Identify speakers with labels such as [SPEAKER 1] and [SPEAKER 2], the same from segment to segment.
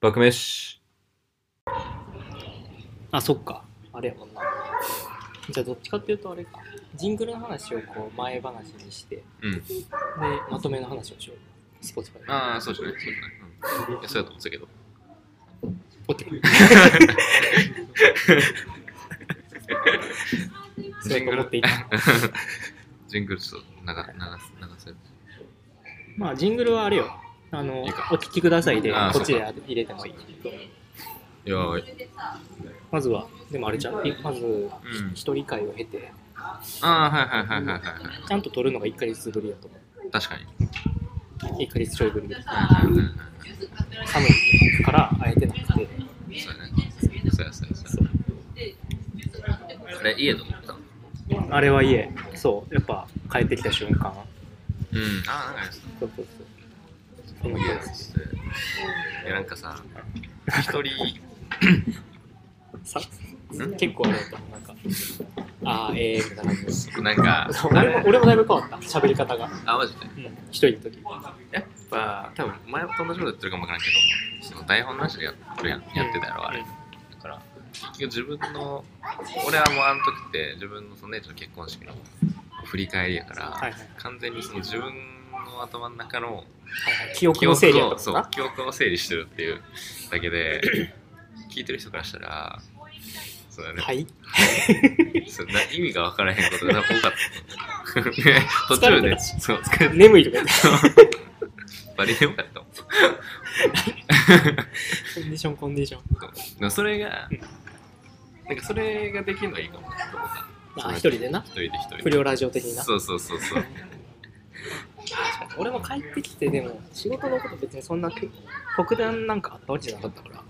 [SPEAKER 1] 爆飯。
[SPEAKER 2] あ、そっか。あれやもんな。じゃあ、どっちかっていうとあれか。ジングルの話をこう前話にして、で、
[SPEAKER 1] うん。
[SPEAKER 2] まとめの話をしよう。スポーツバイ。
[SPEAKER 1] ああ、そうじゃない、そうじゃない。うん、い や、そうやと思ってたけど。
[SPEAKER 2] オッケー。そう
[SPEAKER 1] ジン
[SPEAKER 2] やと
[SPEAKER 1] グ
[SPEAKER 2] 思
[SPEAKER 1] ル
[SPEAKER 2] っていた。
[SPEAKER 1] ジングルちょっと流、流す、流せる。
[SPEAKER 2] まあ、ジングルはあれよ。あの、お
[SPEAKER 1] いいか
[SPEAKER 2] 聞きくださいで
[SPEAKER 1] あ、ー
[SPEAKER 2] こっちで入れてもいい。
[SPEAKER 1] いやー、
[SPEAKER 2] まずは、でもあれじゃん。いまず、一人会を経て、
[SPEAKER 1] ああ、はいはいはいはいはいはい。
[SPEAKER 2] ちゃんと撮るのが1ヶ月ぶりやと思
[SPEAKER 1] 確かに。
[SPEAKER 2] う。1ヶ月ちょいぶりぐらい。
[SPEAKER 1] うんうんうんうん
[SPEAKER 2] 寒いから会えてなくて。
[SPEAKER 1] そうやね。そうやそうやそうや。あれ、家と思ったのうん。
[SPEAKER 2] あれはいえ、そう、やっぱ帰ってきた瞬間。
[SPEAKER 1] ああ、なんかですね。
[SPEAKER 2] そうそうそう。その
[SPEAKER 1] いや、
[SPEAKER 2] さ
[SPEAKER 1] つって。いや、なんかさ、一人、ん
[SPEAKER 2] 結構あれだったもんなんか、あー、ええー、みたいな感じ
[SPEAKER 1] なん か、
[SPEAKER 2] そう俺も俺もだいぶ変わった、喋り方が。
[SPEAKER 1] あ、マジで。
[SPEAKER 2] うん、一人の時。
[SPEAKER 1] やっぱ、多分前と同じことやってるかもわからんけど、その台本なしでやってるやんやってたやろ、あれ。だから、結局自分の、俺はもうあの時って、自分のその姉ちゃんの結婚式の振り返りやから、
[SPEAKER 2] はいはいはい
[SPEAKER 1] 完全にその自分の頭の中の
[SPEAKER 2] はい。記憶の整理やったもん
[SPEAKER 1] そう
[SPEAKER 2] な。
[SPEAKER 1] 記憶を整理してるっていうだけで、 聞いてる人からしたら、そうだね、
[SPEAKER 2] はい。
[SPEAKER 1] そうな意味が分からへんことが多かった。ね途中
[SPEAKER 2] 疲れ
[SPEAKER 1] で、
[SPEAKER 2] たし
[SPEAKER 1] そう、疲 れて
[SPEAKER 2] 眠いとか言って、
[SPEAKER 1] バリでよかったもん。
[SPEAKER 2] コンディション、コンディション。
[SPEAKER 1] でもそれが
[SPEAKER 2] うん、
[SPEAKER 1] なんかそれができるのはいいかも。
[SPEAKER 2] あー、一人でな。
[SPEAKER 1] 一人で一人
[SPEAKER 2] 不
[SPEAKER 1] で。
[SPEAKER 2] 良ラジオ的にな。
[SPEAKER 1] そうそうそうそう。
[SPEAKER 2] 俺も帰ってきて、でも、仕事のこと別にそんなく特段なんかあったわけじゃなかったから、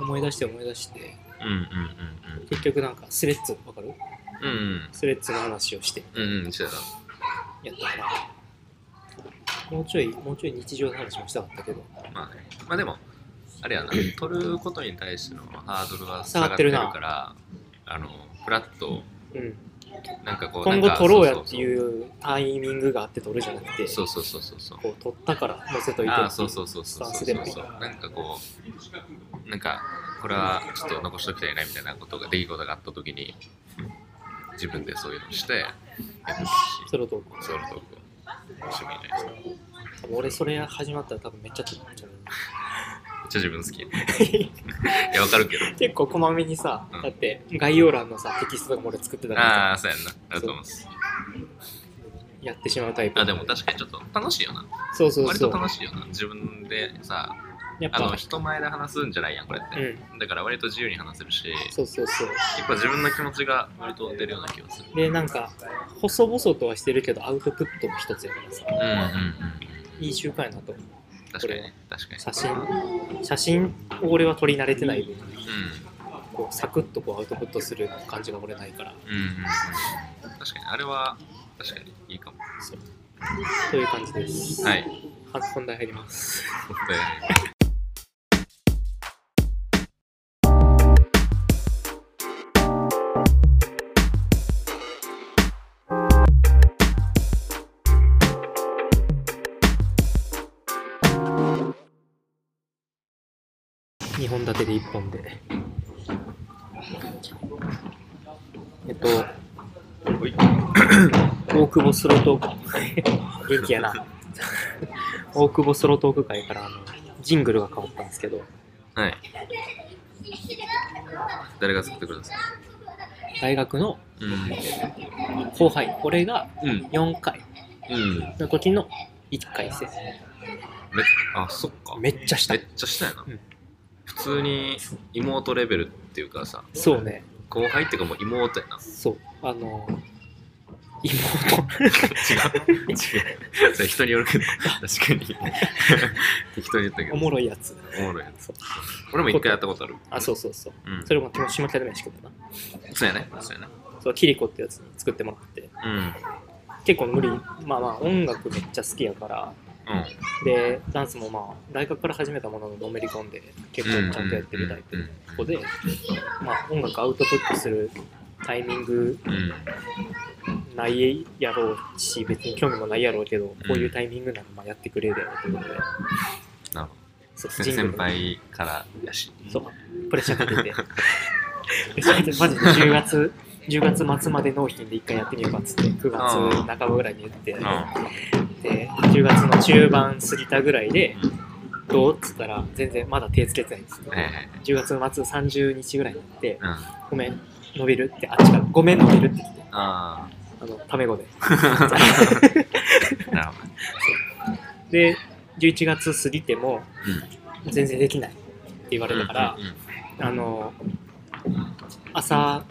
[SPEAKER 2] 思い出して思い出して、
[SPEAKER 1] うんうん
[SPEAKER 2] 結局なんか、スレッズ、わかる
[SPEAKER 1] うんうんうん。
[SPEAKER 2] スレッズの話をして。
[SPEAKER 1] うんうんうん、してた。
[SPEAKER 2] やったからもうちょいもうちょい日常の話もしたかったけど
[SPEAKER 1] まあね。まあでも、あ れやな、取ることに対してのハードルは下
[SPEAKER 2] 下
[SPEAKER 1] が
[SPEAKER 2] が
[SPEAKER 1] っ
[SPEAKER 2] ってて
[SPEAKER 1] る
[SPEAKER 2] る
[SPEAKER 1] か
[SPEAKER 2] な
[SPEAKER 1] ら、あの、フラッと、
[SPEAKER 2] うん、
[SPEAKER 1] なんかこう、
[SPEAKER 2] 今後取ろうやって
[SPEAKER 1] う。
[SPEAKER 2] いうタイミングがあって取るじゃなくて
[SPEAKER 1] そうそうそうそうそう。
[SPEAKER 2] こう取ったから載せといて
[SPEAKER 1] ああ、そうそうそうそう
[SPEAKER 2] スタン
[SPEAKER 1] そう
[SPEAKER 2] スで
[SPEAKER 1] そ
[SPEAKER 2] も
[SPEAKER 1] うそう。なんかこう、なんか、これはちょっと残しときたいなみたいなことが、出来事があったときに、自分でそういうのして、やるし、
[SPEAKER 2] それを取る
[SPEAKER 1] ソロトークをしてもいいんじゃないですか。めっ
[SPEAKER 2] 多分俺それ始まったら多分めっちゃ取っちゃう
[SPEAKER 1] ちゃ自分好き。 いや、わかるけど。
[SPEAKER 2] 結構こまめにさ、
[SPEAKER 1] うん
[SPEAKER 2] だって概要欄のさテキストとかも俺作ってたから
[SPEAKER 1] ああ、そうやんな。あると思います。
[SPEAKER 2] やってしまうタイプ
[SPEAKER 1] あ、でも確かにちょっと楽しいよな。
[SPEAKER 2] そうそう
[SPEAKER 1] 割
[SPEAKER 2] そ
[SPEAKER 1] と
[SPEAKER 2] う
[SPEAKER 1] 楽しいよな。自分でさ、
[SPEAKER 2] やっ
[SPEAKER 1] あの、
[SPEAKER 2] ぱ
[SPEAKER 1] 人前で話すんじゃないやん、これって。
[SPEAKER 2] うん
[SPEAKER 1] だから割と自由に話せるし、
[SPEAKER 2] そうそうそう
[SPEAKER 1] 結構自分の気持ちが割と出るような気がする。
[SPEAKER 2] でなんか細々とはしてるけどアウトプットも一つやからさ
[SPEAKER 1] うんうんうん。
[SPEAKER 2] いい習慣やなと思う
[SPEAKER 1] 確かにね。確かに。
[SPEAKER 2] 写真写真を俺は撮り慣れてない分
[SPEAKER 1] う
[SPEAKER 2] こうサクッとこうアウトプットする感じが俺ないから
[SPEAKER 1] ん。うんうんうん。確かに、あれは確かにいいかも。
[SPEAKER 2] そうという感じです
[SPEAKER 1] はい。
[SPEAKER 2] は本題入ります2本立てで1本でえっと
[SPEAKER 1] ほい
[SPEAKER 2] 大久保スロトーク元気やな大久保スロトーク会からあのジングルが変わったんですけど
[SPEAKER 1] はい。誰が作ってくれたんですか
[SPEAKER 2] 大学の
[SPEAKER 1] うん。
[SPEAKER 2] 後輩俺が
[SPEAKER 1] うん。
[SPEAKER 2] 4回
[SPEAKER 1] うん。め
[SPEAKER 2] の時の1回生
[SPEAKER 1] あ、そっか。めっ
[SPEAKER 2] めっちゃ下
[SPEAKER 1] ちゃしたやな
[SPEAKER 2] うん。
[SPEAKER 1] 普通に妹レベルっていうかさ、
[SPEAKER 2] そうね
[SPEAKER 1] 後輩っていうかもう妹やな。
[SPEAKER 2] そうあの
[SPEAKER 1] 違う。違う。それ 人によるけど、確かに。 適当に言ったけ
[SPEAKER 2] 妹お
[SPEAKER 1] ど、
[SPEAKER 2] もろいやつ
[SPEAKER 1] おもろいやつ
[SPEAKER 2] そう。
[SPEAKER 1] 俺も一回やったことある。
[SPEAKER 2] あそうそうそう
[SPEAKER 1] うん。
[SPEAKER 2] それも昨日下北で飯食ったな
[SPEAKER 1] そうやね。そうやね。
[SPEAKER 2] そうキリコってやつに作ってもらって
[SPEAKER 1] うん。
[SPEAKER 2] 結構無理まあまあ音楽めっちゃ好きやから
[SPEAKER 1] うん。
[SPEAKER 2] でダンスもまあ大学から始めたものののめり込んで結構ちゃんとやってるタイプの子でまあ音楽アウトプットするタイミング
[SPEAKER 1] うん。
[SPEAKER 2] ないやろうし別に興味もないやろうけどこういうタイミングならまあやってくれるやろうということで
[SPEAKER 1] なるほ
[SPEAKER 2] そう
[SPEAKER 1] 先
[SPEAKER 2] 神
[SPEAKER 1] 先
[SPEAKER 2] 宮とか
[SPEAKER 1] 輩からやし
[SPEAKER 2] そうプレッシャーかけて プレッシャーかけてマジで10月10月末まで納品で一回やってみようかっつって9月半ばぐらいに言って、
[SPEAKER 1] うんうん
[SPEAKER 2] で10月の中盤過ぎたぐらいでどうっつったら全然まだ手つけてないんですよ
[SPEAKER 1] え
[SPEAKER 2] 10月の末30日ぐらいになって
[SPEAKER 1] えうん
[SPEAKER 2] ごめん伸びるってあっちからごめん伸びるって来て
[SPEAKER 1] あ
[SPEAKER 2] あのタメ語で
[SPEAKER 1] あなるほど
[SPEAKER 2] で11月過ぎても全然できないって言われたから、
[SPEAKER 1] うんうん
[SPEAKER 2] あの朝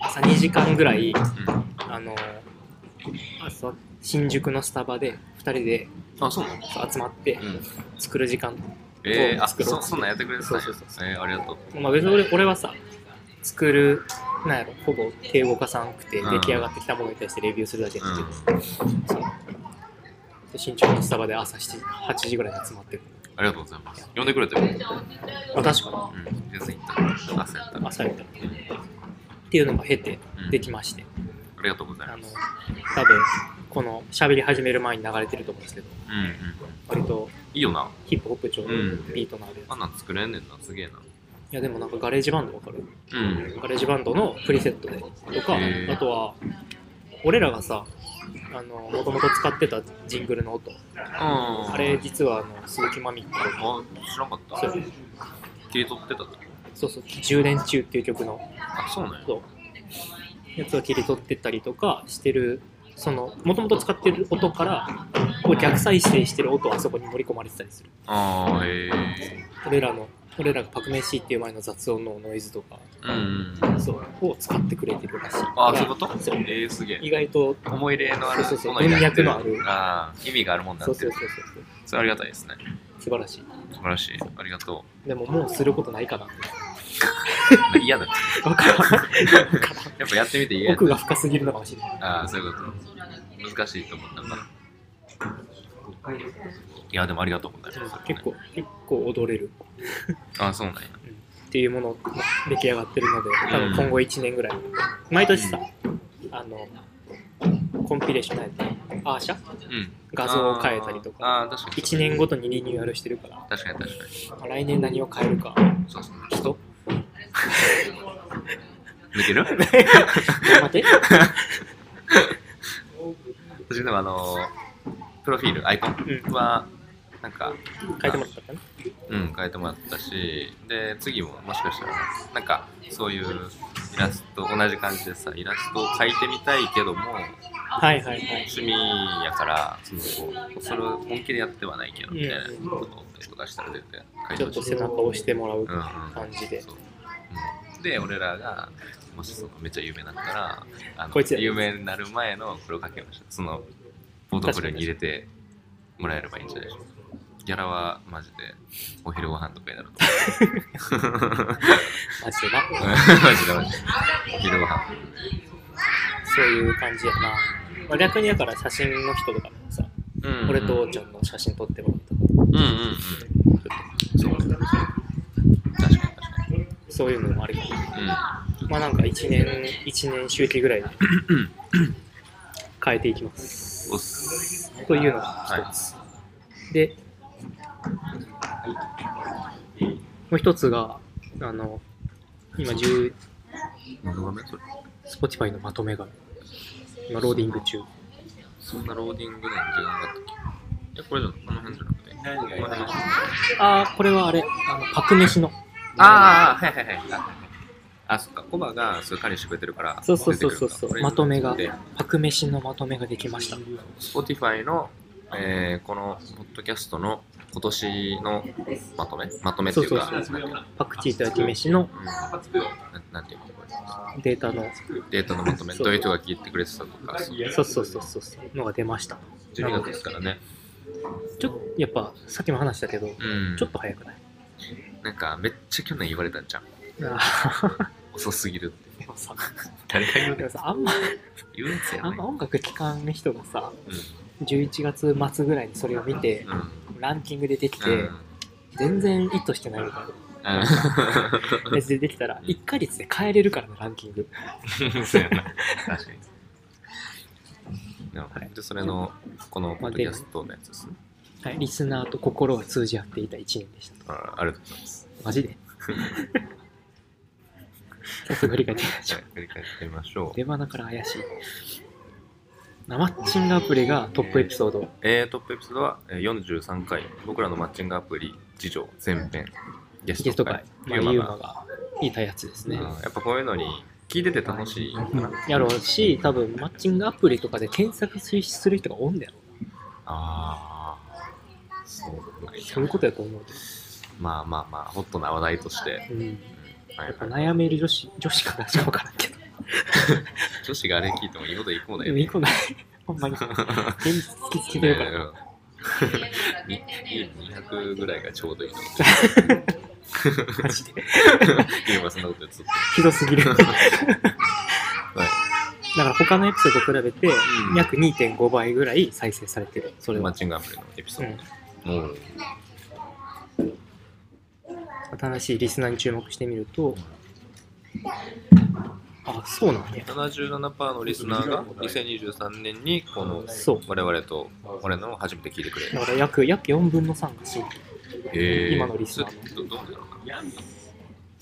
[SPEAKER 2] 朝2時間ぐらい
[SPEAKER 1] うん
[SPEAKER 2] あの朝新宿のスタバで2人で
[SPEAKER 1] あそうなの
[SPEAKER 2] 集まって
[SPEAKER 1] うん
[SPEAKER 2] 作る時間、
[SPEAKER 1] えー、あ
[SPEAKER 2] 作ろ
[SPEAKER 1] そ
[SPEAKER 2] う
[SPEAKER 1] そんなんやってくれてたんや
[SPEAKER 2] そうそう
[SPEAKER 1] えー、ありがとう
[SPEAKER 2] まあ、別に俺俺はさ作るなんやろほぼ手動かさんくて
[SPEAKER 1] うん
[SPEAKER 2] 出来上がってきたものに対してレビューするだけなんだけ
[SPEAKER 1] うん
[SPEAKER 2] ど、そうで新宿のスタバで朝7時8時ぐらいに集まってる
[SPEAKER 1] ありがとうございます呼んでくれても
[SPEAKER 2] あ確か
[SPEAKER 1] うん全然行った朝やった
[SPEAKER 2] に
[SPEAKER 1] ら
[SPEAKER 2] 朝やったっていうのが経て
[SPEAKER 1] うん
[SPEAKER 2] できまして、
[SPEAKER 1] ありがとうござい
[SPEAKER 2] あ
[SPEAKER 1] ま
[SPEAKER 2] の
[SPEAKER 1] す
[SPEAKER 2] 多分この喋り始める前に流れてると思うんですけど
[SPEAKER 1] うんうん
[SPEAKER 2] 割と
[SPEAKER 1] いいよな
[SPEAKER 2] ヒップホップ調の
[SPEAKER 1] うん
[SPEAKER 2] ビートのあるやつ、
[SPEAKER 1] あんなん作れんねんなすげえない
[SPEAKER 2] やでもなんかガレージバンドわかる
[SPEAKER 1] うん
[SPEAKER 2] ガレージバンドのプリセットでとか
[SPEAKER 1] へー
[SPEAKER 2] あとは俺らがさあのもともと使ってたジングルの音
[SPEAKER 1] あ
[SPEAKER 2] あれ実はあの鈴木まみって
[SPEAKER 1] あ知らんかった
[SPEAKER 2] そう
[SPEAKER 1] 切り取ってたって
[SPEAKER 2] そうそう「充電中」っていう曲の
[SPEAKER 1] あそうなんや
[SPEAKER 2] そうやつを切り取ってったりとかしてるそのもともと使ってる音からこう逆再生してる音をあそこに盛り込まれてたりする
[SPEAKER 1] ああへえ
[SPEAKER 2] 俺らの俺らがパクメン C っていう前の雑音のノイズとか
[SPEAKER 1] うん
[SPEAKER 2] そうを使ってくれてるらしい
[SPEAKER 1] あそういうこと
[SPEAKER 2] そう
[SPEAKER 1] ええすげえ
[SPEAKER 2] 意外と
[SPEAKER 1] 思い入れのある
[SPEAKER 2] そうそうそう
[SPEAKER 1] ものになってる
[SPEAKER 2] 文脈の
[SPEAKER 1] あー意味があるもんだ
[SPEAKER 2] そ
[SPEAKER 1] っ
[SPEAKER 2] う
[SPEAKER 1] て
[SPEAKER 2] そう
[SPEAKER 1] る
[SPEAKER 2] そうそう
[SPEAKER 1] それありがたいですね
[SPEAKER 2] 素晴らしい
[SPEAKER 1] 素晴らしいありがと
[SPEAKER 2] でももうすることないかな
[SPEAKER 1] う嫌だって
[SPEAKER 2] わからん
[SPEAKER 1] やっぱやってみて嫌や
[SPEAKER 2] 奥が深すぎるのかもしれない
[SPEAKER 1] ああそういうこと難しいと思ったからいやでもありがとうございます
[SPEAKER 2] 結構結構踊れる
[SPEAKER 1] ああそうなんや
[SPEAKER 2] っていうものが出来上がってるので多分今後1年ぐらい毎年さあのコンピレーションなんやったアーシャ
[SPEAKER 1] うん
[SPEAKER 2] 画像を変えたりとか
[SPEAKER 1] あーあー確かに
[SPEAKER 2] 1年ごとにリニューアルしてるから
[SPEAKER 1] 確かに確かに
[SPEAKER 2] まあ来年何を変えるか
[SPEAKER 1] そうそう
[SPEAKER 2] 人
[SPEAKER 1] 抜ける
[SPEAKER 2] 待って
[SPEAKER 1] 私でもあのプロフィールアイコン
[SPEAKER 2] うん
[SPEAKER 1] はなんか
[SPEAKER 2] 変えてもらったかな
[SPEAKER 1] うん、変えてもらったし、で、次ももしかしたら、なんか、そういうイラスト、同じ感じでさ、イラストを描いてみたいけども、
[SPEAKER 2] はいはいはい
[SPEAKER 1] 趣味やから、そのこうそれを本気でやってはないけど、みたいなことをとかしたら全然書い
[SPEAKER 2] ち
[SPEAKER 1] て
[SPEAKER 2] ょ
[SPEAKER 1] ほ
[SPEAKER 2] っ
[SPEAKER 1] し
[SPEAKER 2] と
[SPEAKER 1] い。
[SPEAKER 2] 背中を押してもらう
[SPEAKER 1] うんうん
[SPEAKER 2] 感じで
[SPEAKER 1] そううんで、俺らが、もしそのめっちゃ有名になったら、あの
[SPEAKER 2] こいつや
[SPEAKER 1] 有名になる前のこれを書けました。その、ポートフォリオに入れてもらえればいいんじゃないでしょうか。ギャラはマジでお昼ご飯とかになると
[SPEAKER 2] マジでな
[SPEAKER 1] マジでマジで。昼ご飯。
[SPEAKER 2] そういう感じやな、まあ、逆にだから写真の人とかもさ
[SPEAKER 1] うん
[SPEAKER 2] 俺とお
[SPEAKER 1] う
[SPEAKER 2] ー
[SPEAKER 1] ん
[SPEAKER 2] ちゃんの写真撮ってもらった
[SPEAKER 1] うんうん。そう。確かに確か
[SPEAKER 2] そういうのもありかな
[SPEAKER 1] に。うん。
[SPEAKER 2] まあなんか1年1年周期ぐらいで変えていきます
[SPEAKER 1] おっす。
[SPEAKER 2] というのが一つ、でもう一つがあの今10
[SPEAKER 1] 何画面それ
[SPEAKER 2] Spotify のまとめが今ローディング中
[SPEAKER 1] そんなローディングで時間があったっけいや、これじゃこの辺じゃなくて。何がこの辺
[SPEAKER 2] ああこれはあれあのパク飯の
[SPEAKER 1] ああ、はいはいはい。ああ、そっか、コバがそういう管理してくれてるから、
[SPEAKER 2] そうそうそうそうそうまとめが
[SPEAKER 1] で、
[SPEAKER 2] パク飯のまとめができました
[SPEAKER 1] Spotify の、えー、このポッドキャストの今年のまとめまとめっていうか、
[SPEAKER 2] そうそ
[SPEAKER 1] な
[SPEAKER 2] う
[SPEAKER 1] んていうの
[SPEAKER 2] パクチーと焼き飯の
[SPEAKER 1] うん、ななんていうのこれ
[SPEAKER 2] データの
[SPEAKER 1] データのまとめ、
[SPEAKER 2] そう
[SPEAKER 1] どういう人が聞いてくれてたとか、そう
[SPEAKER 2] そうそうそうそうそうのが出ました
[SPEAKER 1] 12月ですからね。
[SPEAKER 2] ちょっとやっぱさっきも話したけど、
[SPEAKER 1] うん。
[SPEAKER 2] ちょっと早くない
[SPEAKER 1] なんか、めっちゃ去年言われたんじゃん。遅すぎるって。
[SPEAKER 2] でもさ
[SPEAKER 1] 誰が言う
[SPEAKER 2] で
[SPEAKER 1] ねん
[SPEAKER 2] もさ あんま
[SPEAKER 1] 言うんすよ、
[SPEAKER 2] あん
[SPEAKER 1] ね
[SPEAKER 2] ま。音楽聴かん人がさ11月末ぐらいにそれを見て
[SPEAKER 1] うん。
[SPEAKER 2] ランキングでできて、
[SPEAKER 1] うん。うん。
[SPEAKER 2] 全然意図してないみたいなやつでできたら
[SPEAKER 1] うん
[SPEAKER 2] 1ヶ月で変えれるからねランキング
[SPEAKER 1] うん。 そうやな。確かに。でもでそれの、このポッドキャストのやつですね。
[SPEAKER 2] はい、リスナーと心が通じ合っていた1年でしたと。
[SPEAKER 1] あありがとうございます。
[SPEAKER 2] マジで早速振り返ってみまし
[SPEAKER 1] じ
[SPEAKER 2] ょ
[SPEAKER 1] ゃ
[SPEAKER 2] う。
[SPEAKER 1] あ、振り返ってみましょう。
[SPEAKER 2] 出花から怪しい。なマッチングアプリがトップエピソード。
[SPEAKER 1] えー、トップエピソードはえー43回、僕らのマッチングアプリ事情前編、ゲス
[SPEAKER 2] ゲス
[SPEAKER 1] ト
[SPEAKER 2] ト
[SPEAKER 1] 会
[SPEAKER 2] 会。。
[SPEAKER 1] ユ
[SPEAKER 2] まあ、ユ
[SPEAKER 1] ーマ
[SPEAKER 2] ー
[SPEAKER 1] が
[SPEAKER 2] マがいたやつですね。
[SPEAKER 1] うんやっぱこういうのに聞いてて楽しいのかな。
[SPEAKER 2] やろうし、多分マッチングアプリとかで検索する人がおんだよ。
[SPEAKER 1] ああ、そうなんや
[SPEAKER 2] そういうことやと思うで。
[SPEAKER 1] まあまあまあ、ホットな話題として。
[SPEAKER 2] うん。
[SPEAKER 1] うんは
[SPEAKER 2] やっぱ
[SPEAKER 1] いはい、
[SPEAKER 2] 悩める女子、女子か男子か分からんけど。
[SPEAKER 1] 女子があれ聞いてもいいこといこうだ
[SPEAKER 2] で
[SPEAKER 1] よ
[SPEAKER 2] も
[SPEAKER 1] ね。
[SPEAKER 2] い いことない。ほんまに。現実突きつけてるから。
[SPEAKER 1] 200ぐらいがちょうどいいの。
[SPEAKER 2] マジで。
[SPEAKER 1] 今そんなことやつ。
[SPEAKER 2] ひどすぎる。 だか
[SPEAKER 1] はい
[SPEAKER 2] ら他のエピソードと比べて、
[SPEAKER 1] うん
[SPEAKER 2] 約2.5倍ぐらい再生されてる。それ
[SPEAKER 1] マッ
[SPEAKER 2] は。
[SPEAKER 1] チングアプリのエピソード。もう
[SPEAKER 2] 新しいリスナーに注目してみると、あ、そうなんや。
[SPEAKER 1] 77%のリスナーが2023年にこの
[SPEAKER 2] そう
[SPEAKER 1] 我々と俺のを初めて聞いてくれ
[SPEAKER 2] だから約、約4分の3が新規。
[SPEAKER 1] る。
[SPEAKER 2] 今のリスナー
[SPEAKER 1] ーどどうなのかな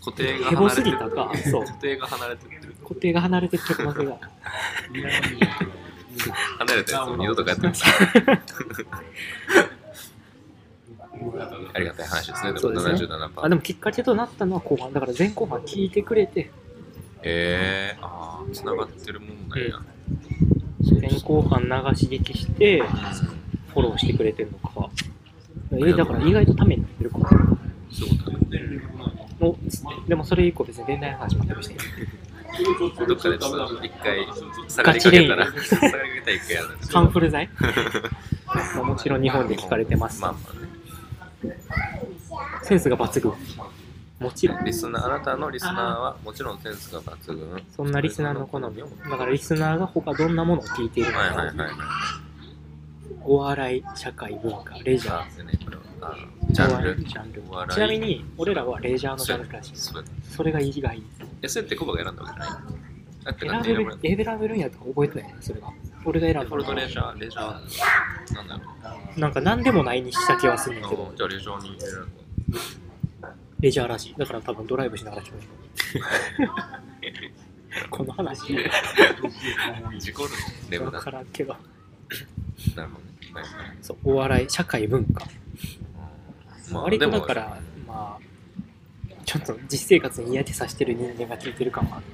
[SPEAKER 1] 固定が
[SPEAKER 2] ヘボ
[SPEAKER 1] 離
[SPEAKER 2] す
[SPEAKER 1] れて
[SPEAKER 2] ぎ
[SPEAKER 1] る。
[SPEAKER 2] たか。 そう。
[SPEAKER 1] 固定が離れてってる。
[SPEAKER 2] 固定が離れてきてますが。
[SPEAKER 1] 離れたやつを二度とかやって ます。ありがたい話ですね。で
[SPEAKER 2] そう
[SPEAKER 1] も
[SPEAKER 2] ですね
[SPEAKER 1] 77%。
[SPEAKER 2] あでもきっかけとなったのは後半だから前後半聞いてくれて
[SPEAKER 1] えー、ああ、つながってるもんなんや。
[SPEAKER 2] 前後半流し聞きしてフォローしてくれてるのかえーだから意外とためになってるかも
[SPEAKER 1] そうだね。
[SPEAKER 2] おつってでもそれ以降別に恋愛の話もして ない
[SPEAKER 1] どっかでちょっと一回、下がりかけたら、
[SPEAKER 2] ガ
[SPEAKER 1] 下がりかけたら一回やる。
[SPEAKER 2] カンフル 剤まあもちろん日本で聞かれてます、
[SPEAKER 1] まあまあね。
[SPEAKER 2] センスが抜群もちろん
[SPEAKER 1] リスナー、あなたのリスナーはもちろんセンスが抜群。
[SPEAKER 2] そんなリスナーの好みをだからリスナーが他どんなものを聞いているのか、
[SPEAKER 1] はいはいはいはい。
[SPEAKER 2] お笑い社会文化レジャー
[SPEAKER 1] あー、ですね、これは。あージャンル。
[SPEAKER 2] ジャンル
[SPEAKER 1] お笑い
[SPEAKER 2] ちなみに俺らはレジャーのジャンルらしい
[SPEAKER 1] そうやね
[SPEAKER 2] それが意外
[SPEAKER 1] え、それってコバが選んだわけじゃないだって
[SPEAKER 2] 選
[SPEAKER 1] 勝
[SPEAKER 2] べ
[SPEAKER 1] 手に選ばれ
[SPEAKER 2] る選べるんやとか覚えてないねそれが俺が
[SPEAKER 1] デ
[SPEAKER 2] 選
[SPEAKER 1] フォ
[SPEAKER 2] ぶ
[SPEAKER 1] ルトレジャー、レジャーなんだろう。
[SPEAKER 2] なんか何でもないにした気はするん
[SPEAKER 1] あ
[SPEAKER 2] だけど
[SPEAKER 1] ーじゃあレジャ ーに選ぶ。
[SPEAKER 2] レジャーらしいだから多分ドライブしながら聞こ えるこの話
[SPEAKER 1] 事故るのでも
[SPEAKER 2] 分
[SPEAKER 1] な
[SPEAKER 2] からんけど
[SPEAKER 1] なるほどね。はいはい
[SPEAKER 2] そうお笑い社会文化
[SPEAKER 1] まあ
[SPEAKER 2] 割と
[SPEAKER 1] で
[SPEAKER 2] だ
[SPEAKER 1] も
[SPEAKER 2] からまあちょっと実生活に嫌気さしてる人間が聞いてる感はある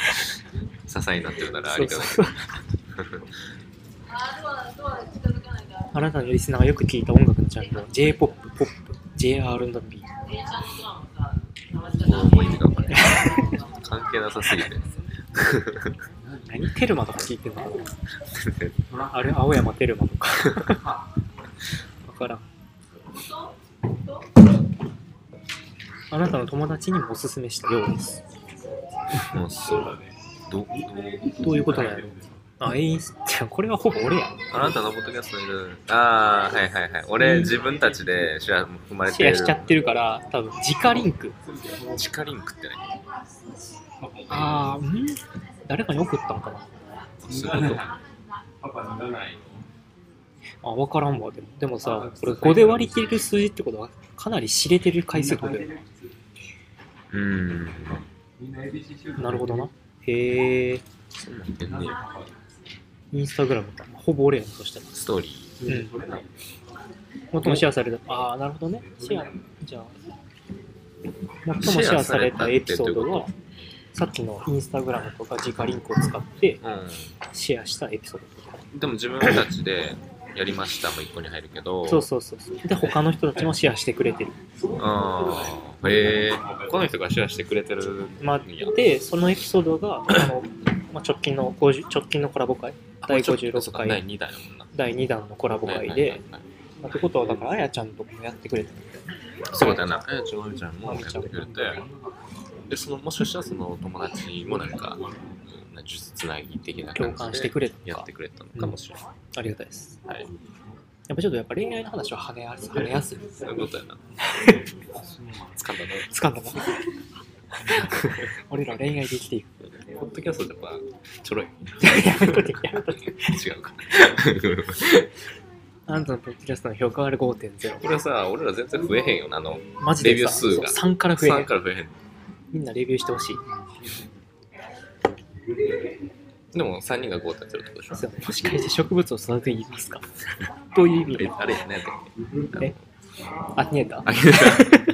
[SPEAKER 1] 支えになってるならあ
[SPEAKER 2] そ
[SPEAKER 1] り
[SPEAKER 2] う
[SPEAKER 1] が
[SPEAKER 2] そう
[SPEAKER 1] たい
[SPEAKER 2] そうあなたのリスナーがよく聞いた音楽のジャンルは J-POP、POP、J&B
[SPEAKER 1] もう意味が分からない関係なさすぎて
[SPEAKER 2] 何テルマとか聞いてんのかなあれ青山テルマとかわからんあなたの友達にもおすすめしたようです
[SPEAKER 1] もうそうだねどど
[SPEAKER 2] どういうことなのあ、インスタこれはほぼ俺や
[SPEAKER 1] あなたのポッドキャストいるああはいはいはい俺、自分たちでシェア生まれて
[SPEAKER 2] シ
[SPEAKER 1] る
[SPEAKER 2] ェアしちゃってるから多分直リンク
[SPEAKER 1] 地下リンクってない
[SPEAKER 2] ああん誰かに送ったんかな
[SPEAKER 1] そういうこと
[SPEAKER 2] あ分からんわでもでもさこれ5で割り切れる数字ってことはかなり知れてる回数ってことだよね
[SPEAKER 1] うーん
[SPEAKER 2] なるほどなへえ
[SPEAKER 1] そんなんてんね
[SPEAKER 2] インスタグラムかほぼ俺やんそしたら
[SPEAKER 1] ストーリー
[SPEAKER 2] うん。最もシェアされた。ああ、なるほどね。シェア、じゃあ。最もシェアされたエピソードは、さっきのインスタグラムとか直リンクを使ってシェアしたエピソードとか。
[SPEAKER 1] うんでも自分たちでやりましたも一個に入るけど
[SPEAKER 2] そうそうそうそう。で、他の人たちもシェアしてくれてる。
[SPEAKER 1] あーへえこの人がシェアしてくれてる
[SPEAKER 2] まあ
[SPEAKER 1] いや、
[SPEAKER 2] で、そのエピソードが、あのまあ、直近の50、直近のコラボ会、第56回
[SPEAKER 1] 第2弾やもんな
[SPEAKER 2] 第2弾のコラボ会
[SPEAKER 1] はいはいはい
[SPEAKER 2] で、まあってことは、だから、あやちゃんとかもやってくれてる。
[SPEAKER 1] はいそうだなあやちゃんまみちゃんも
[SPEAKER 2] ま
[SPEAKER 1] や
[SPEAKER 2] み
[SPEAKER 1] っ
[SPEAKER 2] ち
[SPEAKER 1] て
[SPEAKER 2] ゃん
[SPEAKER 1] くれてでそのもしかしたらその友達もなんかうん呪術つなぎ的な
[SPEAKER 2] 共
[SPEAKER 1] 感
[SPEAKER 2] 感
[SPEAKER 1] じ
[SPEAKER 2] し
[SPEAKER 1] で
[SPEAKER 2] てくれた
[SPEAKER 1] やってくれたのかもしれない、
[SPEAKER 2] ありがたいです。
[SPEAKER 1] はい
[SPEAKER 2] やっぱちょっとやっぱ恋愛の話は跳ねやす跳ねやすい。
[SPEAKER 1] そういうことやな 掴んだね
[SPEAKER 2] つか んだな。俺ら恋愛で生きていく。
[SPEAKER 1] ポッドキャストってやっぱちょろい
[SPEAKER 2] やめとけ、やめとけ。
[SPEAKER 1] 違うか
[SPEAKER 2] あなたのポッドキャストの評価が5.0。
[SPEAKER 1] これさ、俺ら全然増えへんよな、あの、
[SPEAKER 2] マジでさ
[SPEAKER 1] レビュー数が
[SPEAKER 2] そう3から増えへ
[SPEAKER 1] 3
[SPEAKER 2] ん
[SPEAKER 1] から増えへん。
[SPEAKER 2] みんなレビューしてほしい。
[SPEAKER 1] でも3人が5ってるってことでし
[SPEAKER 2] そ
[SPEAKER 1] ょ
[SPEAKER 2] うもしかして植物を育てていますかという意味
[SPEAKER 1] え
[SPEAKER 2] で。
[SPEAKER 1] あれやねだっけ
[SPEAKER 2] えあ、逃げた
[SPEAKER 1] あげた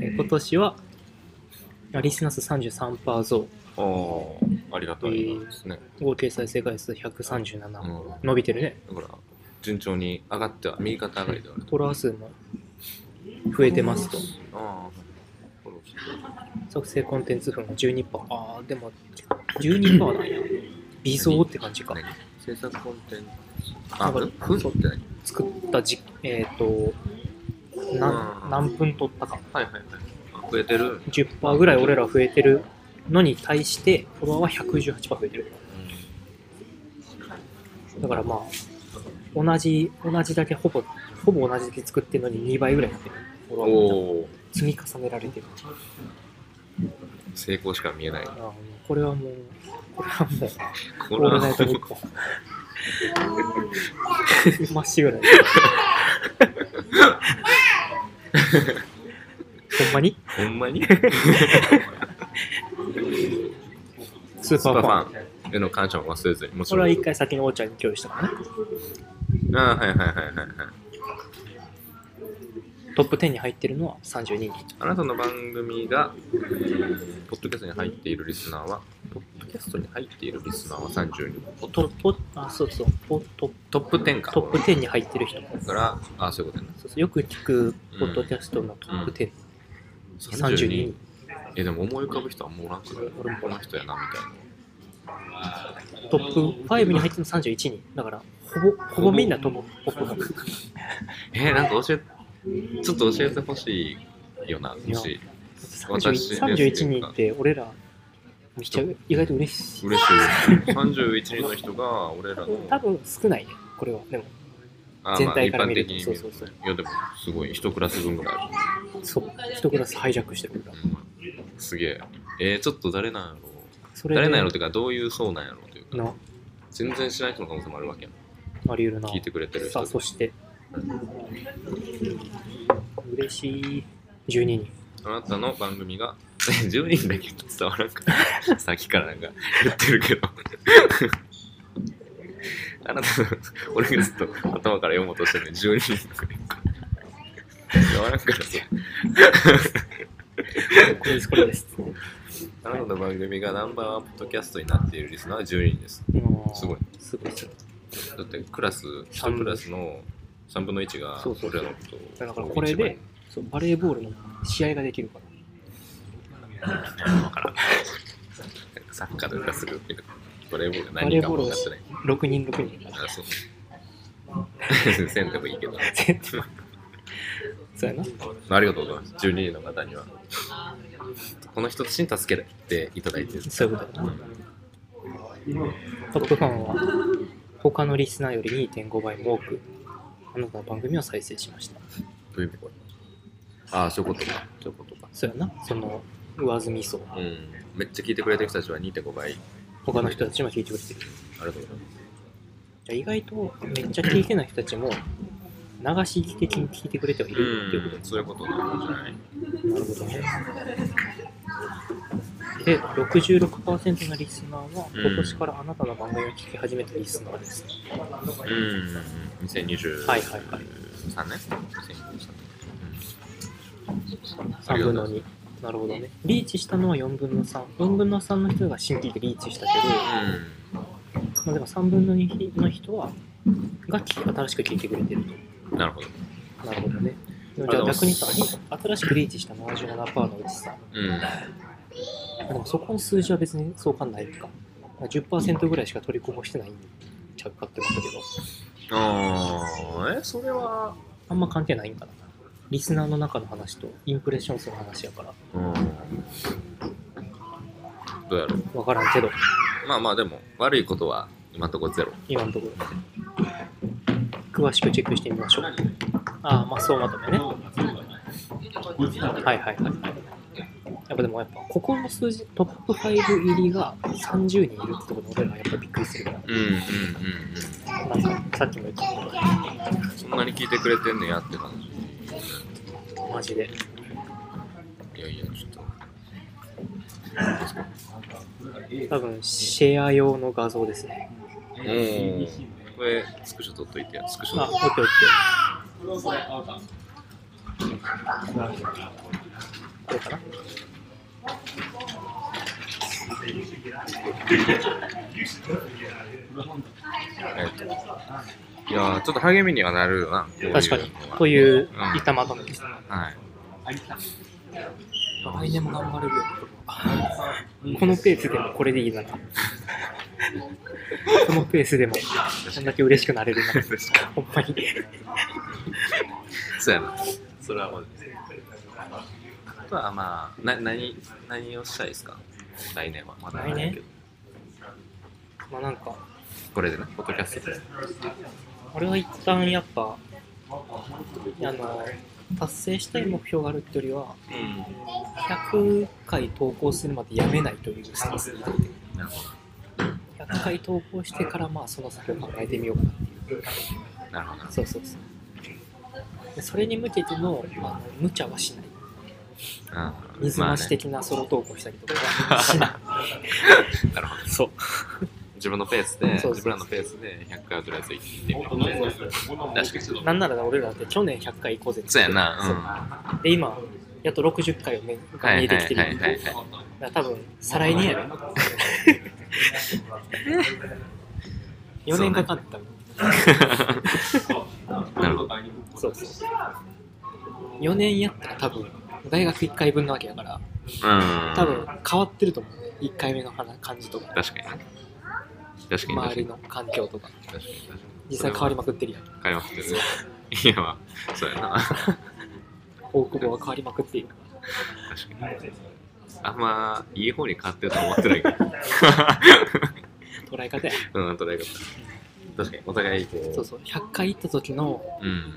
[SPEAKER 2] え今年は、あリスナー数33%増、
[SPEAKER 1] おーありがたいですね、
[SPEAKER 2] 合計再生回数137、
[SPEAKER 1] うん、だ
[SPEAKER 2] 伸びてるね。
[SPEAKER 1] から順調に上がっては右肩上がりではある
[SPEAKER 2] フォロワー数も増えてますと。
[SPEAKER 1] ああフォローしてる
[SPEAKER 2] 作成コンテンツ分が12%。ああ、でも、12%なんや。微増って感じか。
[SPEAKER 1] 何制作コンテンツ
[SPEAKER 2] な
[SPEAKER 1] あ
[SPEAKER 2] んか
[SPEAKER 1] フソって何
[SPEAKER 2] 作ったじ、えっ、と、
[SPEAKER 1] う
[SPEAKER 2] 何
[SPEAKER 1] ん
[SPEAKER 2] 何分撮ったか。
[SPEAKER 1] はいはいはいあ増えてる、
[SPEAKER 2] 10%ぐらい俺ら増えてるのに対して、フォロワーは118%増えてる。だからまあ、同じ、同じだけ、ほぼ、ほぼ同じだけ作ってるのに2倍ぐらいになってる。フォロ
[SPEAKER 1] お
[SPEAKER 2] ワーが
[SPEAKER 1] お
[SPEAKER 2] 積み重ねられてる。
[SPEAKER 1] 成功しか見えない
[SPEAKER 2] あーこれはもう、これはもう、
[SPEAKER 1] こ
[SPEAKER 2] オー
[SPEAKER 1] れ
[SPEAKER 2] ルナイトニッ
[SPEAKER 1] は
[SPEAKER 2] ポン。真っ白だよ。ほんまに
[SPEAKER 1] ほんまに
[SPEAKER 2] スー
[SPEAKER 1] ス
[SPEAKER 2] パ
[SPEAKER 1] パ
[SPEAKER 2] ー
[SPEAKER 1] フ
[SPEAKER 2] ファン。
[SPEAKER 1] ァンへの感謝を忘れずにもち
[SPEAKER 2] こ
[SPEAKER 1] ろ
[SPEAKER 2] れ
[SPEAKER 1] ん
[SPEAKER 2] は一回先のおーちゃんに共有したからね。
[SPEAKER 1] ああはいはいはいはいはい
[SPEAKER 2] トップ10に入ってるのは32人。
[SPEAKER 1] あなたの番組が、えーポッドキャストに入っているリスナーは、ポッドキャストに入っているリスナーは30人。
[SPEAKER 2] ポトポあ、そうそう。ポト
[SPEAKER 1] トップ10か。
[SPEAKER 2] トップ10に入ってる人。
[SPEAKER 1] だから、あ、そういうことや
[SPEAKER 2] そうそうよく聞くポッドキャストのトップ10、
[SPEAKER 1] な。
[SPEAKER 2] 32人。
[SPEAKER 1] え、でも思い浮かぶ人はもうおらんくない
[SPEAKER 2] 俺も
[SPEAKER 1] この人やな、みたいな。
[SPEAKER 2] トップ5に入ってるの31人。だから、ほぼ、ほぼみんなトップ5。
[SPEAKER 1] えーなんか教え、ちょっと教えてほしいよな、もし。私
[SPEAKER 2] 31人って俺ら、めっちゃ意外と嬉しい。
[SPEAKER 1] 嬉しい。31人の人が、俺らの、
[SPEAKER 2] 多分少ないね、これは。でも、
[SPEAKER 1] あー
[SPEAKER 2] 全体から見ると
[SPEAKER 1] まあ一般的に見る
[SPEAKER 2] そうそうそう
[SPEAKER 1] いや、でも、すごい、一クラス分ぐらいある。
[SPEAKER 2] そう、一クラスハイジャックしてるか
[SPEAKER 1] う
[SPEAKER 2] ら。
[SPEAKER 1] んすげえ。えーちょっと誰なんやろう
[SPEAKER 2] それで
[SPEAKER 1] 誰なんやろっていうかどういう層なんやろというか
[SPEAKER 2] な、
[SPEAKER 1] 全然知らない人の可能性もあるわけやん
[SPEAKER 2] あり得るな。
[SPEAKER 1] 聞いてくれてる
[SPEAKER 2] さ
[SPEAKER 1] 人
[SPEAKER 2] あ、そして、嬉しい。12人。
[SPEAKER 1] あなたの番組が 10人だけ伝わらんから さっきからなんか言ってるけど あなた俺がずっと頭から読もうとしてるのに10人くらいか伝わらんからさ
[SPEAKER 2] これです、これです。
[SPEAKER 1] あなたの番組がナンバーワンポッドキャストになっているリスナーは10人です
[SPEAKER 2] うん
[SPEAKER 1] すごい。
[SPEAKER 2] すごい、すごい。
[SPEAKER 1] だってクラス1クラスの3分の1が
[SPEAKER 2] そうそうそ
[SPEAKER 1] 俺
[SPEAKER 2] う
[SPEAKER 1] らのことを
[SPEAKER 2] だからこれでそうバレーボールの試合ができるから。
[SPEAKER 1] サッカーとかするけどバレーボールが
[SPEAKER 2] バレ
[SPEAKER 1] 何
[SPEAKER 2] ー
[SPEAKER 1] か
[SPEAKER 2] ボー
[SPEAKER 1] も
[SPEAKER 2] ル
[SPEAKER 1] 分かってない
[SPEAKER 2] 6人6人だ から。
[SPEAKER 1] あ、そう。せんでもいいけど。
[SPEAKER 2] 全然そうやな。
[SPEAKER 1] ありがとうございます。12人の方には。この人たちに助けていただいてる。
[SPEAKER 2] そういうことやな。トップファンは他のリスナーより2.5倍も多く、あなたの番組を再生しました。
[SPEAKER 1] どういう意味これああ、そういうことか。そういうことか。
[SPEAKER 2] そうやな。その上積み層。
[SPEAKER 1] うん。めっちゃ聞いてくれてる人たちは2.5倍。あり
[SPEAKER 2] 他の人たちも聞いてくれてる。
[SPEAKER 1] がとうございます。
[SPEAKER 2] じゃあ意外とめっちゃ聞いてない人たちも流し聞き的に聞いてくれてはいるっていうこと
[SPEAKER 1] うん、そういうことなんじゃない
[SPEAKER 2] なるほどね。で、66%のリスナーは、
[SPEAKER 1] うん
[SPEAKER 2] 今年からあなたの番組を聞き始めたリスナーです。
[SPEAKER 1] うん。2023
[SPEAKER 2] はいはい
[SPEAKER 1] 年
[SPEAKER 2] はい
[SPEAKER 1] ?2023
[SPEAKER 2] 3分の2。なるほどね。リーチしたのは4分の3。4分の3の人が新規でリーチしたけ
[SPEAKER 1] 年。
[SPEAKER 2] ど、まあ、でも3分の2の人は、が聞新しく聞いてくれてる
[SPEAKER 1] うん。なるほど。
[SPEAKER 2] と。なるほどね。じ
[SPEAKER 1] あ
[SPEAKER 2] ゃ
[SPEAKER 1] で
[SPEAKER 2] あ
[SPEAKER 1] も
[SPEAKER 2] 逆にさ、新しくリーチした77%のうちさ、
[SPEAKER 1] うん。
[SPEAKER 2] でもそこの数字は別にそうかんないか。10%ぐらいしか取りこぼしてないんちゃうかって思ったけど。
[SPEAKER 1] ああ、え、それは。
[SPEAKER 2] あんま関係ないんかな。リスナーの中の話とインプレッション数の話やから、
[SPEAKER 1] うん。どうやろう
[SPEAKER 2] わからんけど、
[SPEAKER 1] まあまあでも悪いことは今んとこゼロ。
[SPEAKER 2] 今のところ。詳しくチェックしてみましょう。ああ、まあそうまとめね。はいはいはい。やっぱでもやっぱ、ここの数字、トップ5入りが30人いるってところで俺らやっぱびっくりするから。
[SPEAKER 1] うんうんうんうん。
[SPEAKER 2] なんかさっきも言ったけ
[SPEAKER 1] そんなに聞いてくれてんねやって感じ
[SPEAKER 2] どマジで
[SPEAKER 1] いやいやちょっと
[SPEAKER 2] 多分シェア用の画像ですね
[SPEAKER 1] うんこれスクショ撮っといてやスクシ
[SPEAKER 2] あオッケ
[SPEAKER 1] ョ
[SPEAKER 2] ーオッケーこれかな
[SPEAKER 1] えっといやーちょっと励みにはなるよなこういうのは
[SPEAKER 2] 確かにという
[SPEAKER 1] うん
[SPEAKER 2] 板まとめです
[SPEAKER 1] はい
[SPEAKER 2] 来年も頑張れるよこのペースでもこれでいいなこのペースでもこんだけ嬉しくなれるな
[SPEAKER 1] 確か
[SPEAKER 2] ほんまに
[SPEAKER 1] にそうやなそれはもうあとはまあな何何をしたいですか来年はまだ
[SPEAKER 2] 来年まあなんか
[SPEAKER 1] これでねポッドキャストで
[SPEAKER 2] 俺は一旦やっぱあの達成したい目標があるってよりは
[SPEAKER 1] うん
[SPEAKER 2] 100回投稿するまでやめないというスタンスで
[SPEAKER 1] なるほ
[SPEAKER 2] 100回投稿してからまあその先を考えてみようかな
[SPEAKER 1] どなるほど
[SPEAKER 2] そうそうそうでそれに向けてのあの無茶はしない
[SPEAKER 1] うん
[SPEAKER 2] 水
[SPEAKER 1] まあ
[SPEAKER 2] 増
[SPEAKER 1] ね
[SPEAKER 2] し的なソロ投稿したりとかはしな い、
[SPEAKER 1] なるほど。そう。自分のペースで、
[SPEAKER 2] そうそう
[SPEAKER 1] 自分らのペースで100回はとりあえず行ってみようみたいな。確かにそう
[SPEAKER 2] なんなら俺らだって去年100回行こうぜって
[SPEAKER 1] やな。
[SPEAKER 2] で今やっと60回を目
[SPEAKER 1] うん。
[SPEAKER 2] が
[SPEAKER 1] は
[SPEAKER 2] 見
[SPEAKER 1] い
[SPEAKER 2] え
[SPEAKER 1] は
[SPEAKER 2] て
[SPEAKER 1] い
[SPEAKER 2] きてる、
[SPEAKER 1] はいはいはい。
[SPEAKER 2] だから多分再来年やね4年かかった
[SPEAKER 1] なるほど。
[SPEAKER 2] そうそう4年やったら多分大学1回分なわけだから
[SPEAKER 1] うん。
[SPEAKER 2] 多分変わってると思うね1回目の話感じとか
[SPEAKER 1] 確かにね。確かに確
[SPEAKER 2] 周
[SPEAKER 1] か
[SPEAKER 2] り
[SPEAKER 1] に。
[SPEAKER 2] の環境とか
[SPEAKER 1] 確かに確かに
[SPEAKER 2] 実際変わりまくってるやん
[SPEAKER 1] 変わりまくってるね。いや、まあ、そうやな。
[SPEAKER 2] 大久保は変わりまくっている
[SPEAKER 1] 確かに。あんまいい方に変わってるとは思ってないけど。
[SPEAKER 2] 捉え方や
[SPEAKER 1] うん、捉え方。確かに、お互いこう。
[SPEAKER 2] そうそう100回行った時の
[SPEAKER 1] うん。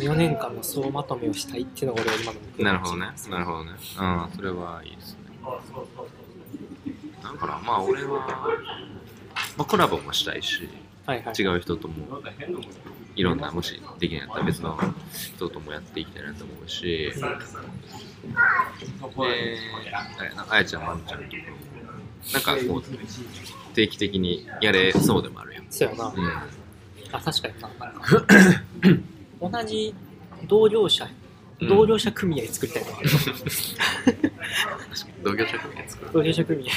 [SPEAKER 2] 4年間の総まとめをしたいっていうのが俺は今の目標
[SPEAKER 1] なるほどね。なるほどね。うん、それはいいですね。だから、まあ、俺は、まあ、コラボもしたいし、
[SPEAKER 2] はいはい
[SPEAKER 1] 違う人とも、いろんな、もしできないんやったら別の人ともやっていきたいなと思うし、
[SPEAKER 2] うん
[SPEAKER 1] で、あれやなあやちゃん、まんちゃんとか、なんかこう、定期的にやれそうでもあるやん。
[SPEAKER 2] そうやな
[SPEAKER 1] うん。
[SPEAKER 2] あ確かにななんか同じ同業者
[SPEAKER 1] うん
[SPEAKER 2] 同業者組合作りたいな、
[SPEAKER 1] 同業者組合作る。
[SPEAKER 2] 同業者組合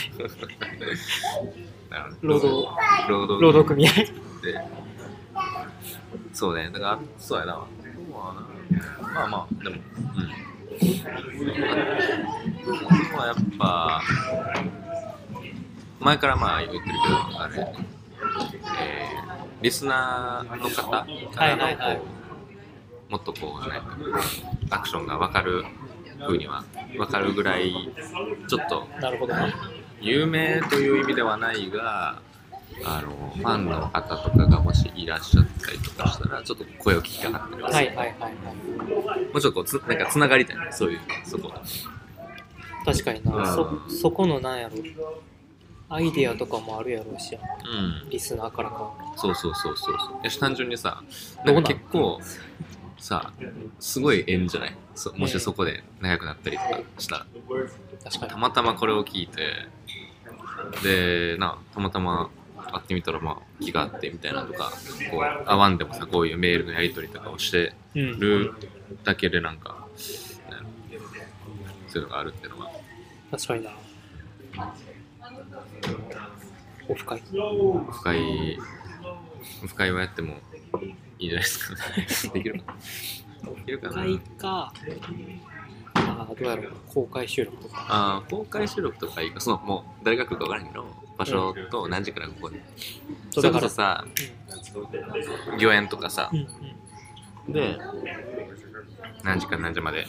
[SPEAKER 1] なるほど
[SPEAKER 2] 労働
[SPEAKER 1] 労働
[SPEAKER 2] 労働 組合
[SPEAKER 1] でそうねだからそうやなそうやなまあまあでもうん僕はやっぱ前からまあ言ってるけどあれ、えーリスナーの方からのこう、
[SPEAKER 2] はいはいはい
[SPEAKER 1] もっとこうなんかアクションが分かる風には分かるぐらいちょっと
[SPEAKER 2] なるほどな
[SPEAKER 1] 有名という意味ではないがあのファンの方とかがもしいらっしゃったりとかしたらちょっと声を聞きたかったりはす
[SPEAKER 2] は
[SPEAKER 1] る
[SPEAKER 2] いはいはいはい
[SPEAKER 1] もうちょっとこうつなんかつながりたいねそういうそこ
[SPEAKER 2] 確かにな、そそこのなんやろアイディアとかもあるやろうし
[SPEAKER 1] うん
[SPEAKER 2] リスナーからか
[SPEAKER 1] そうそうそうそうそうやし単純にさな
[SPEAKER 2] どうんな
[SPEAKER 1] か
[SPEAKER 2] ん
[SPEAKER 1] 結構さすごい縁じゃないそもしそこで長くなったりとかしたら
[SPEAKER 2] 確かに
[SPEAKER 1] たまたまこれを聞いてでなたまたま会ってみたらまあ気があってみたいなとかこう会わんでもさこういうメールのやり取りとかをして
[SPEAKER 2] うん、
[SPEAKER 1] るだけでなんか、なんやろそういうのがあるっていうのは
[SPEAKER 2] 確かにな。オフ会。
[SPEAKER 1] 深い深いをやってもいいんじゃないですかできるかなできるか
[SPEAKER 2] オフ
[SPEAKER 1] な
[SPEAKER 2] 会か、あーどうやろう、公開収録とか。
[SPEAKER 1] あー公開収録とかいいかそのもう誰が来るか分からんけど場所と何時からここで、それこそさ御苑とかさ
[SPEAKER 2] うん、うん、
[SPEAKER 1] で何時から何時まで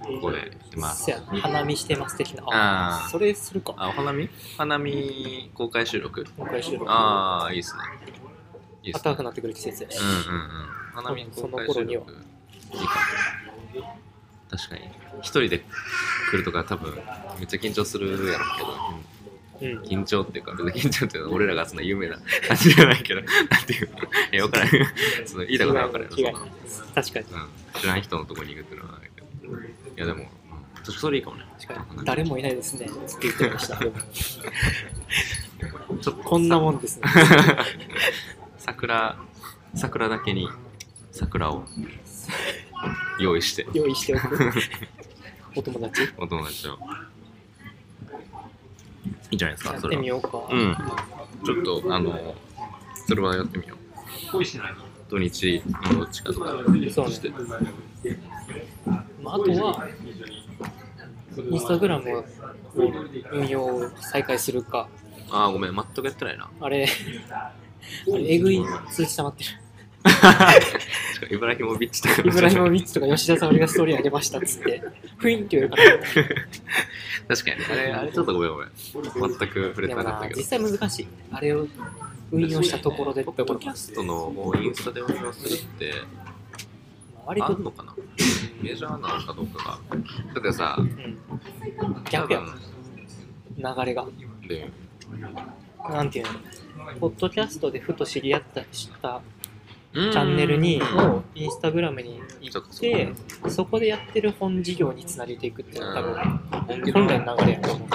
[SPEAKER 1] ここでやって
[SPEAKER 2] うん。
[SPEAKER 1] ます
[SPEAKER 2] せや花見してます的な。
[SPEAKER 1] あー
[SPEAKER 2] それするか。
[SPEAKER 1] あお花見花見公開収録
[SPEAKER 2] 公開収録。
[SPEAKER 1] ああいいっすねいいっすね
[SPEAKER 2] 暖かくなってくる季節やし。
[SPEAKER 1] うんうんうん。花見公開収録いいかも。確かに。一人で来るとか多分めっちゃ緊張するやろうけど、
[SPEAKER 2] うん。
[SPEAKER 1] 緊張っていうか別に緊張っていうのは俺らがそんな有名な感じじゃないけどなんていうのえ分からんその言いたことは分からん
[SPEAKER 2] 違う違う
[SPEAKER 1] その
[SPEAKER 2] 確かに。
[SPEAKER 1] うん、知らん人のとこに行くっていうのはあれだけどいやでも、うん、そそれいいかもね
[SPEAKER 2] 確かに。誰もいないですね。つって言って ました。
[SPEAKER 1] ちょっと
[SPEAKER 2] こんなもん ですね。
[SPEAKER 1] 桜桜だけに桜を用意して
[SPEAKER 2] 用意してお く。お友達
[SPEAKER 1] お友達をいいんじゃないです
[SPEAKER 2] や
[SPEAKER 1] か
[SPEAKER 2] っ
[SPEAKER 1] そ
[SPEAKER 2] て
[SPEAKER 1] れは
[SPEAKER 2] みようか。
[SPEAKER 1] うんちょっとあのそれはやってみよう土日のどっちかとか
[SPEAKER 2] そうね。まあ、あとは、インスタグラムを運用を再開するか、
[SPEAKER 1] ああごめん全くやって ないな
[SPEAKER 2] あれ、あれえぐい通知溜まって る。
[SPEAKER 1] 確かイブラヒモビッチとか
[SPEAKER 2] イブラヒモビッチとか吉田沙保里がストーリー上げましたっつ って、雰囲気を言うから、
[SPEAKER 1] 確かにあれあれちょっとごめんごめん全く触れて
[SPEAKER 2] でも
[SPEAKER 1] なかっ
[SPEAKER 2] な
[SPEAKER 1] た、けど
[SPEAKER 2] 実際難しい。あれを運用したところでっ
[SPEAKER 1] ポ
[SPEAKER 2] て
[SPEAKER 1] ッ
[SPEAKER 2] こ
[SPEAKER 1] ド
[SPEAKER 2] と
[SPEAKER 1] キャストのをインスタで運用するって
[SPEAKER 2] 割
[SPEAKER 1] あ
[SPEAKER 2] と
[SPEAKER 1] ん、のかなメジャーなのかどうかがだってさ
[SPEAKER 2] うん、
[SPEAKER 1] 多
[SPEAKER 2] 逆やもん
[SPEAKER 1] 分
[SPEAKER 2] 流れが。
[SPEAKER 1] で
[SPEAKER 2] なんていうのポッドキャストでふと知り合ったした
[SPEAKER 1] チ
[SPEAKER 2] チャンネルに
[SPEAKER 1] うん
[SPEAKER 2] をインスタグラムに行ってそこでやってる本事業につなげていくっていうのが多分
[SPEAKER 1] 本気
[SPEAKER 2] 本
[SPEAKER 1] の
[SPEAKER 2] 来の流れやと思う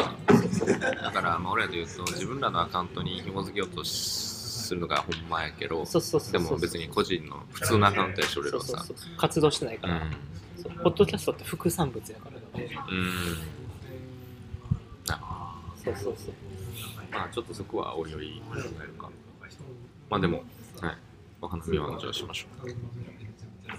[SPEAKER 1] だから、まあ、俺らで言うと自分らのアカウントに紐付けようとするのがほんまやけど
[SPEAKER 2] そうそうそう
[SPEAKER 1] でも別に個人の普通のアカウントやし
[SPEAKER 2] そう
[SPEAKER 1] 俺
[SPEAKER 2] そ
[SPEAKER 1] ら
[SPEAKER 2] う
[SPEAKER 1] は
[SPEAKER 2] そう
[SPEAKER 1] さ
[SPEAKER 2] そう活動してないか
[SPEAKER 1] うん
[SPEAKER 2] ら、そうポッドキャストって副産物やから
[SPEAKER 1] うんな
[SPEAKER 2] そうそうそう
[SPEAKER 1] まあちょっとそこはおいおい考えるかまあでもはいお花見はじゃあしましょ
[SPEAKER 2] じゃ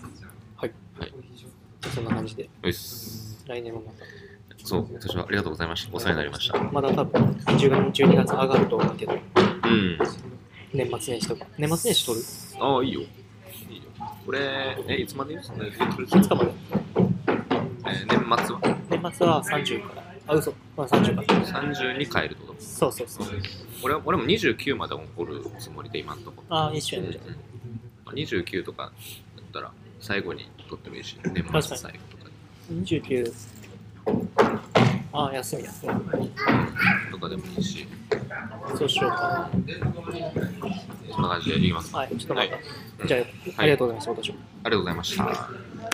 [SPEAKER 2] あそんな感じで
[SPEAKER 1] うよし
[SPEAKER 2] 来年もまた
[SPEAKER 1] そう私はありがとうございましたお世話になりました
[SPEAKER 2] まだ多分10月12月上がると思うけど
[SPEAKER 1] うん
[SPEAKER 2] 年末年始とか年末年始撮る
[SPEAKER 1] ああいいよいいよこれえいつまで言うのえ
[SPEAKER 2] いつかま
[SPEAKER 1] ー
[SPEAKER 2] で
[SPEAKER 1] 年末は
[SPEAKER 2] 年末は30からあ嘘まあ30から
[SPEAKER 1] 30に帰るってこと
[SPEAKER 2] そうそうそう
[SPEAKER 1] 俺は俺も29まで怒るつもりで今んとこ
[SPEAKER 2] ああ一緒やねじゃあ
[SPEAKER 1] まあ29とかだったら最後に取ってもいいし年末最後とか
[SPEAKER 2] 29ああ休みや
[SPEAKER 1] とかでもいいし
[SPEAKER 2] そうしようか
[SPEAKER 1] そんな感じでいきます
[SPEAKER 2] はいちょっとまた、
[SPEAKER 1] はい
[SPEAKER 2] じゃあ、
[SPEAKER 1] はい
[SPEAKER 2] ありがとうございました私も
[SPEAKER 1] ありがとうございました